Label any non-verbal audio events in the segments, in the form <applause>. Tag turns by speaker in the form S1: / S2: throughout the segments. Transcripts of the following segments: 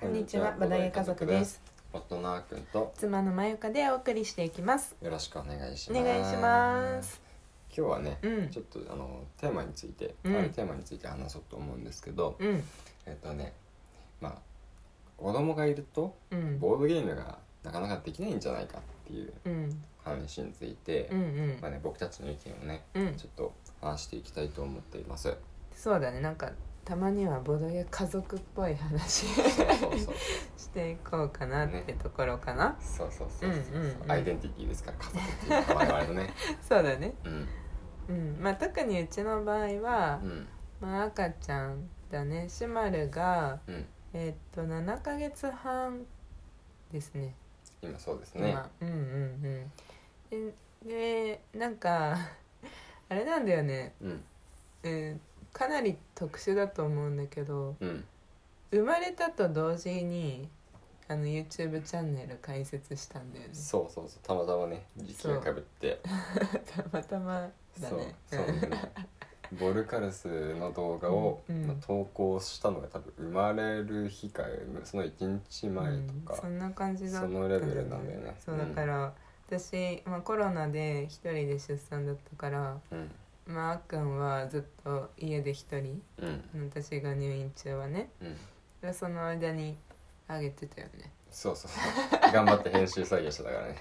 S1: こんにちは、バダイヤ家族です。
S2: 夫のあーくんと
S1: 妻のまゆかでお送りしていきます。
S2: よろしくお願いし
S1: お
S2: ます。
S1: 願いします。。
S2: 今日はね、
S1: うん
S2: ちょっとあのテーマについて、
S1: うん
S2: あるテーマについて話そうと思うんですけど、
S1: うん、
S2: えっとね、まあ子供がいると
S1: うん、
S2: ボードゲームがなかなかできないんじゃないかっていう
S1: うん、
S2: 話について、
S1: うん、うん
S2: まあね僕たちの意見をね、
S1: うん
S2: ちょっと話していきたいと思っています。
S1: <laughs> そうだね、なんかたまにはボドゲ家族っぽい話 <laughs>
S2: そうそうそう。
S1: していこうかなって
S2: ね
S1: ところかな。
S2: そうそうそうそうそう、
S1: うんうんうん
S2: アイデンティティですから家族っていうのは我々のね。
S1: そうだね。
S2: うん
S1: うん、まあ特にうちの場合は
S2: う、ん
S1: まあ赤ちゃんだね、シュマルが
S2: うん。
S1: えーっと7ヶ月半ですね。
S2: 今そうですね。
S1: 今、うんうんうんででなんかあれなんだよね、
S2: うん
S1: うん、かなり特殊だと思うんだけど
S2: うん。
S1: 生まれたと同時にあの YouTube チャンネル開設したんだよね
S2: そうそうそうたまたまね時期がかぶって
S1: たまたまだ
S2: そう
S1: ね
S2: そうね
S1: <laughs>
S2: ボルカルスの動画を、
S1: うんうん
S2: まあ、投稿したのが多分生まれる日かその1日
S1: うん
S2: 前と
S1: そ
S2: か、
S1: んな感じだった
S2: そのレベルなんだよね
S1: そうだから、私、まあ、コロナで一人で出産だったから、
S2: うん
S1: まあ、あっくんはずっと家で一人
S2: うん
S1: 私が入院中はね
S2: うん
S1: でその間にあげてたよね
S2: そうそうそう頑張って編集作業してた
S1: <laughs>
S2: からね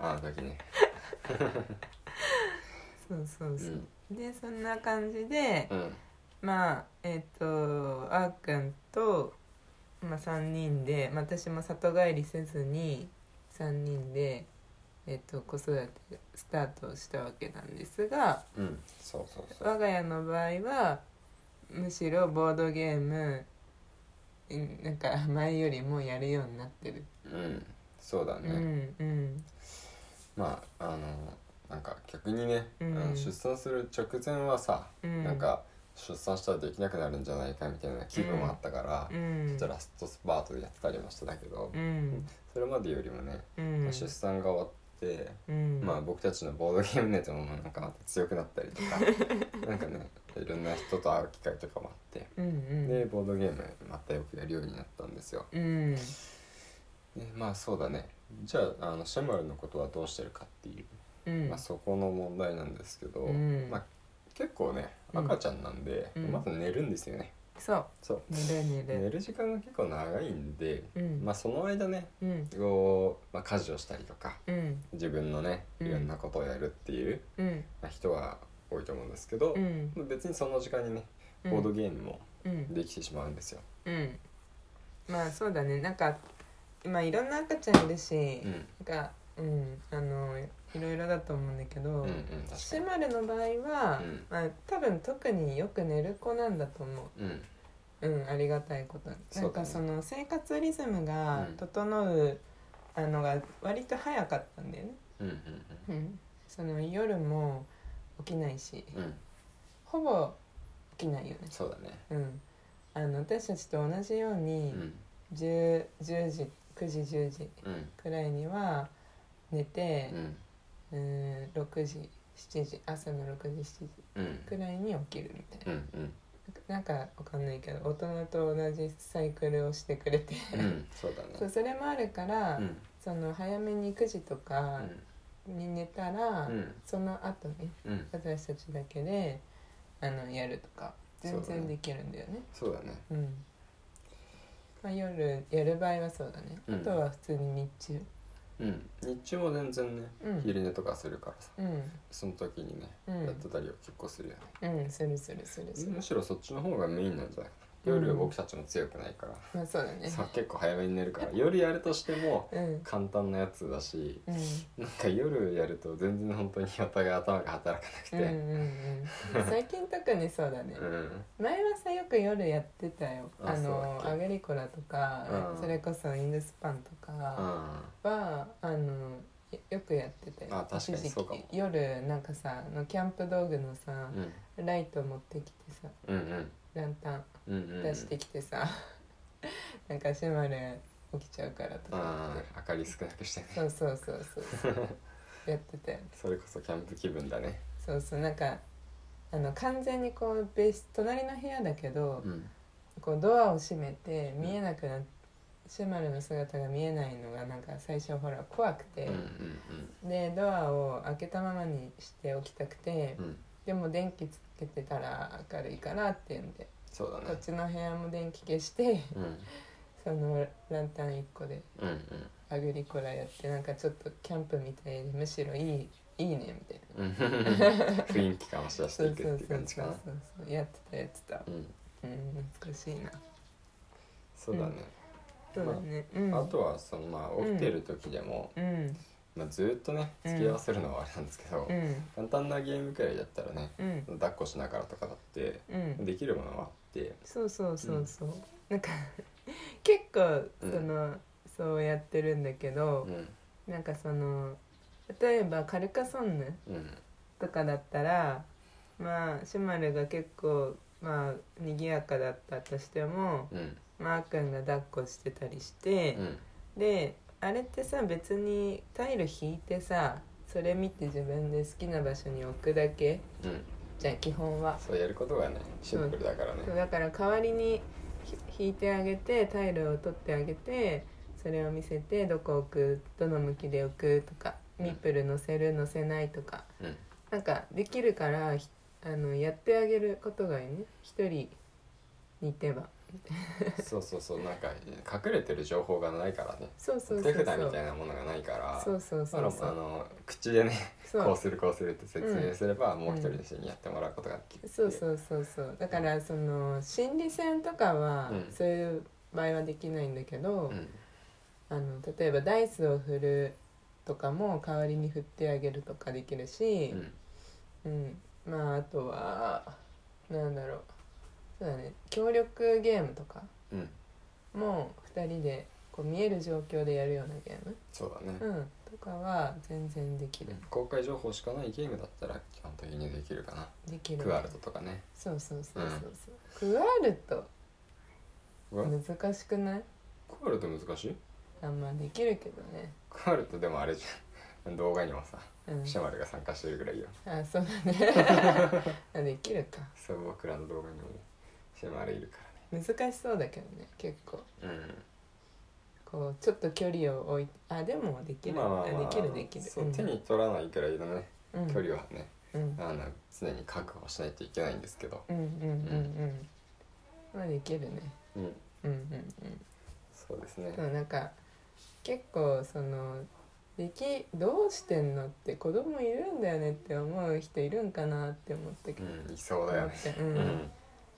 S2: あの時ね
S1: そうそう
S2: う
S1: そう、
S2: ん
S1: でそんな感じで
S2: うん
S1: まあえっ、とあーくんと、まあ、3人で、まあ、私も里帰りせずに3人で、えっと子育てスタートしたわけなんですが
S2: うんそうそうそう
S1: 我が家の場合はむしろボードゲームうんなんか前よりもやるようになってる、
S2: うんそうだね、
S1: うんうん
S2: まああのなんか逆にね、
S1: うん
S2: あの出産する直前はさ、
S1: うん
S2: なんか出産したらできなくなるんじゃないかみたいな気分はあったから、
S1: うん
S2: ちょっとラストスパートでやったりもしてたけど、
S1: うん
S2: それまでよりもね、
S1: うん
S2: 出産が終わって、
S1: うん
S2: まあ僕たちのボードゲーム熱もなんかまた強くなったり
S1: <laughs>
S2: とかなんかねいろんな人と会う機会とかもあって、
S1: うんうん
S2: でボードゲームまたよくやるようになったんですよ。
S1: うん
S2: でまあそうだねじゃああのシェマルのことはどうしてるかっていう、
S1: うん
S2: まあ、そこの問題なんですけど、
S1: うん
S2: まあ、結構ね
S1: うん
S2: 赤ちゃんなんで、
S1: うん
S2: まず寝るんですよね。
S1: そう
S2: そう
S1: 寝る寝
S2: 寝
S1: る
S2: る時間が結構長いんで、
S1: うん
S2: まあその間ね
S1: うん
S2: こう、まあ、家事をしたりとか
S1: うん
S2: 自分のね
S1: うん
S2: いろんなことをやるっていう、
S1: うん
S2: まあ、人が多いと思うんですけど、
S1: うん
S2: まあ別にその時間にね
S1: うん
S2: ボードゲームも
S1: うん
S2: できてしまうんですよ。
S1: うんまあそうだねなんかまあいろんな赤ちゃんいるし
S2: うん、
S1: なんかうんあのいろいろだと思うんだけ
S2: うん、
S1: ど
S2: うん確か
S1: シマルの場合は
S2: うん
S1: まあ多分特によく寝る子なんだと思
S2: に。うん、
S1: ううんありがたいことに
S2: そうだね
S1: なんかその生活リズムが
S2: うん
S1: 整うあのが割と早かったんだよね
S2: うん、うん、
S1: うんその夜も起きないし
S2: うん、うん、
S1: ほぼ起きないよね
S2: そうだね。
S1: うんあの私たちと同じよう
S2: う
S1: に、
S2: ん、
S1: 10, 10時9時10時
S2: うん、
S1: くらいには寝て
S2: う、ん、
S1: うーん6時7時朝の6時7時
S2: うん、
S1: くらいに起きるみたい
S2: うん、うん、
S1: ななんかわかんないけど大人と同じサイクルをしてくれて、
S2: うん、そうだ
S1: そう
S2: ね。
S1: それもあるから、
S2: うん、
S1: その早めに9時とかに寝たら、
S2: うん、
S1: その後ね
S2: うん、
S1: 私たちだけであのやるとか全然できるんだよね
S2: そうだね。
S1: うんまあ、夜やる場合はそうだね、
S2: うん
S1: あとは普通に日中
S2: うん、日中も全然ね、
S1: うん
S2: 昼寝とかするからさ、
S1: うん
S2: その時にね、
S1: う
S2: や
S1: ん
S2: ってたりは結構するよね。
S1: うんするするするする
S2: むしろそっちの方がメインなんじゃないか
S1: う
S2: な
S1: ん
S2: 夜僕たちも強くないから、
S1: まあそうだね
S2: そう結構早めに寝るから夜やるとしても
S1: うん
S2: 簡単なやつだし
S1: うん
S2: なんか夜やると全然本当にお互い頭が働か
S1: う
S2: なん
S1: う
S2: く
S1: ん
S2: て
S1: うん最近特にそうだね
S2: うん、
S1: 前はさよく夜やってたよ
S2: あ
S1: あ
S2: そうだ
S1: の
S2: っけ
S1: アグリコラとか
S2: うん
S1: それこそインドスパンと
S2: うん
S1: かはあのよよくやってたよ
S2: あ確かに
S1: 一時期
S2: そうかも
S1: 夜なんかさあのキャンプ道具のさ
S2: うん
S1: ライト持ってきてさ
S2: うんうん
S1: ランタン
S2: うんうん
S1: 出してきてさ、なんかシュマル起きちゃうからと
S2: う
S1: か
S2: ん
S1: 言って
S2: 明かり少なくしてね
S1: そうそうそうそうそうやってたよね
S2: それこそキャンプ気分だね
S1: そうそうなんかあの完全にこうベース隣の部屋だけど、
S2: うん
S1: こうドアを閉めて見えなくなっシュマルの姿が見えないのがなんか最初ほら怖くて
S2: うん、
S1: でドアを開けたままにしておきたくて、
S2: うんうん
S1: でも電気つけてたら明るいからっていうんで
S2: そうだ
S1: こっ
S2: ね
S1: ちの部屋も電気消して
S2: うん
S1: そのランタン1個で
S2: うん
S1: アグリコラやってなんかちょっとキャンプみたいでむしろいいいいねみたいな
S2: うんうん雰囲気かもし出して
S1: そ
S2: いうく
S1: そ
S2: っ
S1: う
S2: て
S1: そ
S2: いう
S1: う
S2: 感じ
S1: そ
S2: か
S1: う
S2: な
S1: そうやってたやってた
S2: うん
S1: うん懐かしいな
S2: そうだね、
S1: そうだねうん
S2: あとはそのまあ起きてる時でも、
S1: うん
S2: まあ、ずっとね
S1: うん
S2: 付き合わせるのはあれなんですけど、
S1: うん
S2: 簡単なゲームくらいだったらね
S1: うん
S2: 抱っこしながらとかだって
S1: うん
S2: できるものはあって
S1: そうそうそうそう、なんか結構そ
S2: うん
S1: の、そうやってるんだけど
S2: う、ん
S1: なんかその例えばカルカソンヌ
S2: うん
S1: とかだったらまあシュマルが結構まあ賑やかだったとしても、
S2: うん
S1: まああっくんが抱っこしてたりして
S2: う、ん
S1: であれってさ別にタイル引いてさそれ見て自分で好きな場所に置くだけ
S2: うん
S1: じゃん基本は。
S2: そうやることがねシンプルだからね
S1: そうだから代わりにひ引いてあげてタイルを取ってあげてそれを見せてどこ置くどの向きで置くとか
S2: うん
S1: ミップル乗せる乗せないとか
S2: うん
S1: なんかできるからひあのやってあげることがいいね一人に手は
S2: そうそうそうなんか隠れてる情報がないからね
S1: そうそ
S2: 手
S1: うそう
S2: 札
S1: そ
S2: み
S1: う
S2: たいなものがないから
S1: そうそう
S2: だ
S1: そ
S2: から
S1: う
S2: あ
S1: そう
S2: の口でね
S1: そう
S2: こうするこうするって説明すればもう一人の人にやってもらうことができる
S1: そうそうそうそうだからその心理戦とかは
S2: うん
S1: そういう場合はできないんだけど、
S2: うん
S1: あの例えばダイスを振るとかも代わりに振ってあげるとかできるしう
S2: う、ん
S1: んまああとはなんだろうそうだね協力ゲームとか
S2: うん
S1: も2人でこう見える状況でやるようなゲーム、
S2: そうだね
S1: うん、とかは全然できる
S2: 公開情報しかないゲームだったら基本的にできるかな
S1: できる
S2: クワルトとかね
S1: そうそうそうそうそう、クワールト
S2: うわ
S1: 難しくない
S2: クワルト難しい
S1: あんまできるけどね、
S2: クワルトでもあれじゃん <laughs> 動画にもさ
S1: うん、
S2: シャマルが参加してるぐらいよ
S1: あそうだ
S2: <laughs>
S1: ねあできるか
S2: そう僕らの動画にもねシャマルいるか
S1: 難しそうだけどね結構
S2: らね
S1: こうちょっと距離を置いてあでもでき
S2: うん
S1: る、
S2: まあまあまあ
S1: あできるできる
S2: そう
S1: うん
S2: 手に取らないぐらいのね
S1: うん
S2: 距離はね
S1: うん
S2: あの常に確保しないといけないんですけど
S1: うんうんうんうんまあできるね
S2: うん
S1: うんうんうん
S2: そうですね
S1: そうなんか結構そのできどうしてんのって子供いるんだよねって思う人いるんかなって思ったけど、
S2: うんいそうだよね
S1: 思ってうん
S2: うん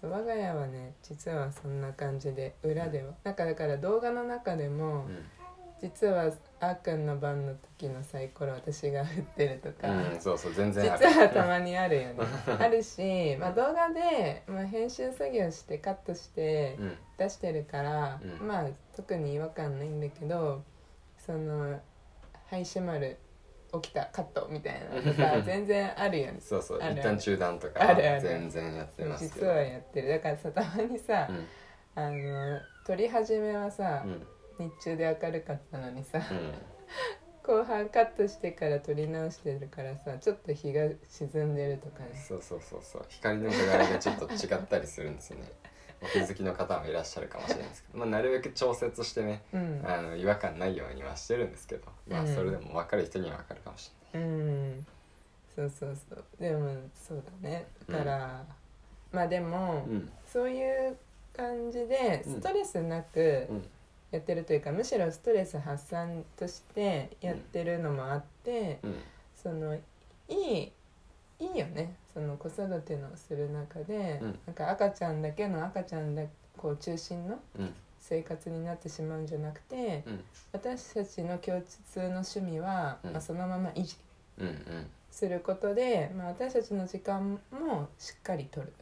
S1: そう我が家はね実はそんな感じで裏では、なんかだから動画の中でも、実はあーくんの番の時のサイコロ私が振ってるとか、
S2: うんうんそうそう全
S1: 実
S2: 然ある
S1: はたまにあるよねあるし、まあ、動画で、まあ、編集作業してカットして
S2: うん
S1: 出してるから、
S2: うん
S1: まあ特に違和感ないんだけどその「はい閉まる起きたカット」みたいなのと
S2: <laughs>
S1: か全然あるよね
S2: そうそう
S1: あるある
S2: 一旦中断と
S1: あ
S2: か
S1: るある
S2: 全然やってますけ
S1: 実
S2: ど
S1: はやってるだからさたまにさ、
S2: うん
S1: あの撮り始めはさ
S2: う、ん
S1: 日中で明るかったのにさ、
S2: うん
S1: 後半カットしてから撮り直してるからさちょっと日が沈んでるとかね
S2: そうそうそうそう光の柄がちょっと違ったりするんですよね <laughs> お気づきの方もいらっしゃるかもしれないですけど、まあ、なるべく調節してね
S1: うん
S2: あの違和感ないようにはしてるんですけど、ま
S1: う
S2: あ、
S1: ん
S2: それでも分かる人には分かるかもし
S1: うんそうそうそうでもそうだねだから、まあでも
S2: れ、ない、うん
S1: そういう感じで
S2: うん
S1: ストレスなく
S2: うん
S1: やってるというか、むしろストレス発散としてやってるのもあって、
S2: うん
S1: そのいいいいよねその子育てのする中で、
S2: うん
S1: なんか赤ちゃんだけの赤ちゃんだこう中心の
S2: うん
S1: 生活になってしまうんじゃなくて
S2: うん
S1: 私たちの共通の趣味は、
S2: うん
S1: まあ、そのまま維持
S2: うんうん
S1: することで、まあ、私たちの時間もしっかりとる、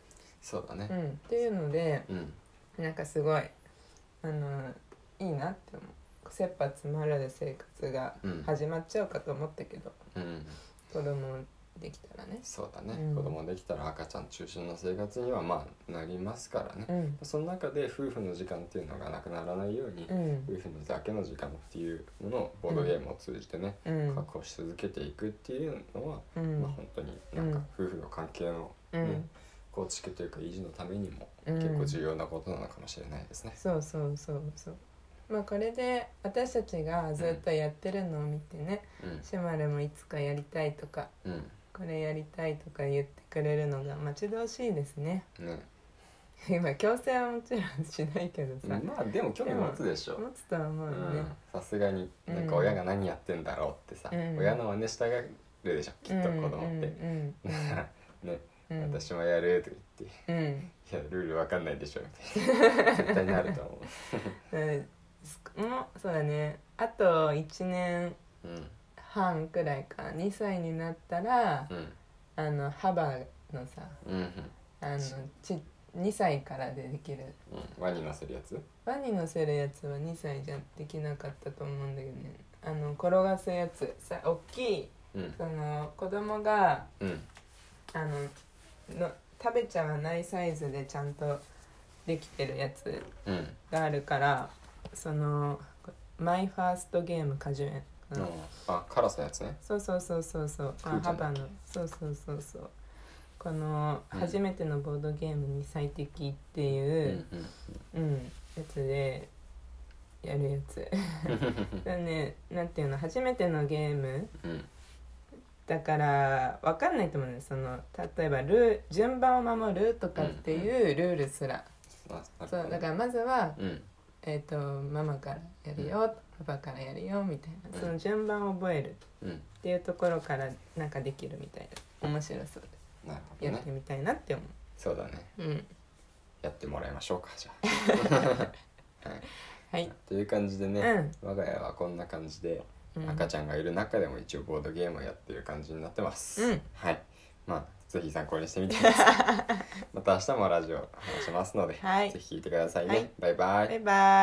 S2: そうだ
S1: う
S2: ね
S1: ん、っていうので
S2: うん
S1: なんかすごいあのいいなって思う切羽詰まらぬ生活が
S2: うん
S1: 始まっちゃうかと思ったけど
S2: うん
S1: 子供できたらね。
S2: そうだね、
S1: うん
S2: 子供できたら赤ちゃん中心の生活にはまあなりますからね、
S1: うん
S2: その中で夫婦の時間っていうのがなくならないように、
S1: うん
S2: 夫婦のだけの時間っていうものをボードゲームを通じてね、
S1: うん
S2: 確保し続けていくっていうのは、
S1: う
S2: まあ
S1: ん
S2: 本当になんか夫婦の関係の、
S1: うん
S2: ね構築というか維持のためにも
S1: うん
S2: 結構重要なことなのかもしれないですね。
S1: そうそうそうそうまあこれで私たちがずっとやってるのを見てね、
S2: うん
S1: シマルもいつかやりたいとか
S2: うん
S1: これやりたいとか言ってくれるのが待ち遠しいですね
S2: ね、
S1: 今強制はもちろんしないけどさ、
S2: まあでも興味持つでしょ。
S1: 持つとは思うよ
S2: う
S1: ね
S2: ん、さすがに
S1: うん
S2: なんか親が何やってんだろうってさ、
S1: うん
S2: 親の真似したがるでしょきっと子供って、
S1: うん
S2: <laughs>
S1: うん
S2: だからね、
S1: うんうん、
S2: 私もやるとか言っ
S1: うん
S2: て「いやルールわかんないでしょ」みた
S1: <laughs>
S2: いな絶対なると思
S1: うんすもうそうだねあと1年
S2: ううん
S1: 半くらいか2歳になったら
S2: うん
S1: あの幅のさ
S2: うん
S1: あのち2歳からでできる
S2: うんワニ乗せるやつ
S1: 輪に乗せるやつは2歳じゃできなかったと思うんだけどねあの転がすやつさ大きい
S2: うん
S1: その子供が
S2: うん
S1: あのの食べちゃわないサイズでちゃんとできてるやつ
S2: うん
S1: があるからそのマイファーストゲーム果樹園、
S2: うんあカラスのやつね
S1: そうそうそうそうそう
S2: 食
S1: あ
S2: うじゃん
S1: 幅のそうそうそうそうこの
S2: うん
S1: 初めてのボードゲームに最適って
S2: うん
S1: いう、う
S2: うん
S1: んやつでやるや <laughs> つだねなんていうの初めてのゲーム
S2: うん
S1: だから分かんないと思うねその例えばルー順番を守るとかっていうルールすら、
S2: あなるほど
S1: そうだからまずは、
S2: うん
S1: えー、とママからやるよ、パパからやるよみたいなその順番を覚えるっ
S2: うん
S1: ていうところからなんかできるみたいな面白そう
S2: なるほ
S1: で
S2: ど
S1: やって
S2: ね
S1: みたいなって思
S2: そうだね
S1: う、うん
S2: やってもらいましょうかじゃあは
S1: <laughs> は
S2: い
S1: い
S2: という感じでね、
S1: うん
S2: 我が家はこんな感じで、
S1: うん
S2: 赤ちゃんがいる中でも一応ボードゲームをやってる感じになってます、
S1: うん
S2: はいまあぜひ参考にしてみてく
S1: <laughs>
S2: ださいまた明日もラジオ話しますので、
S1: はい
S2: ぜひ聞いてくださいね、
S1: はい
S2: バイバイ
S1: バイバイ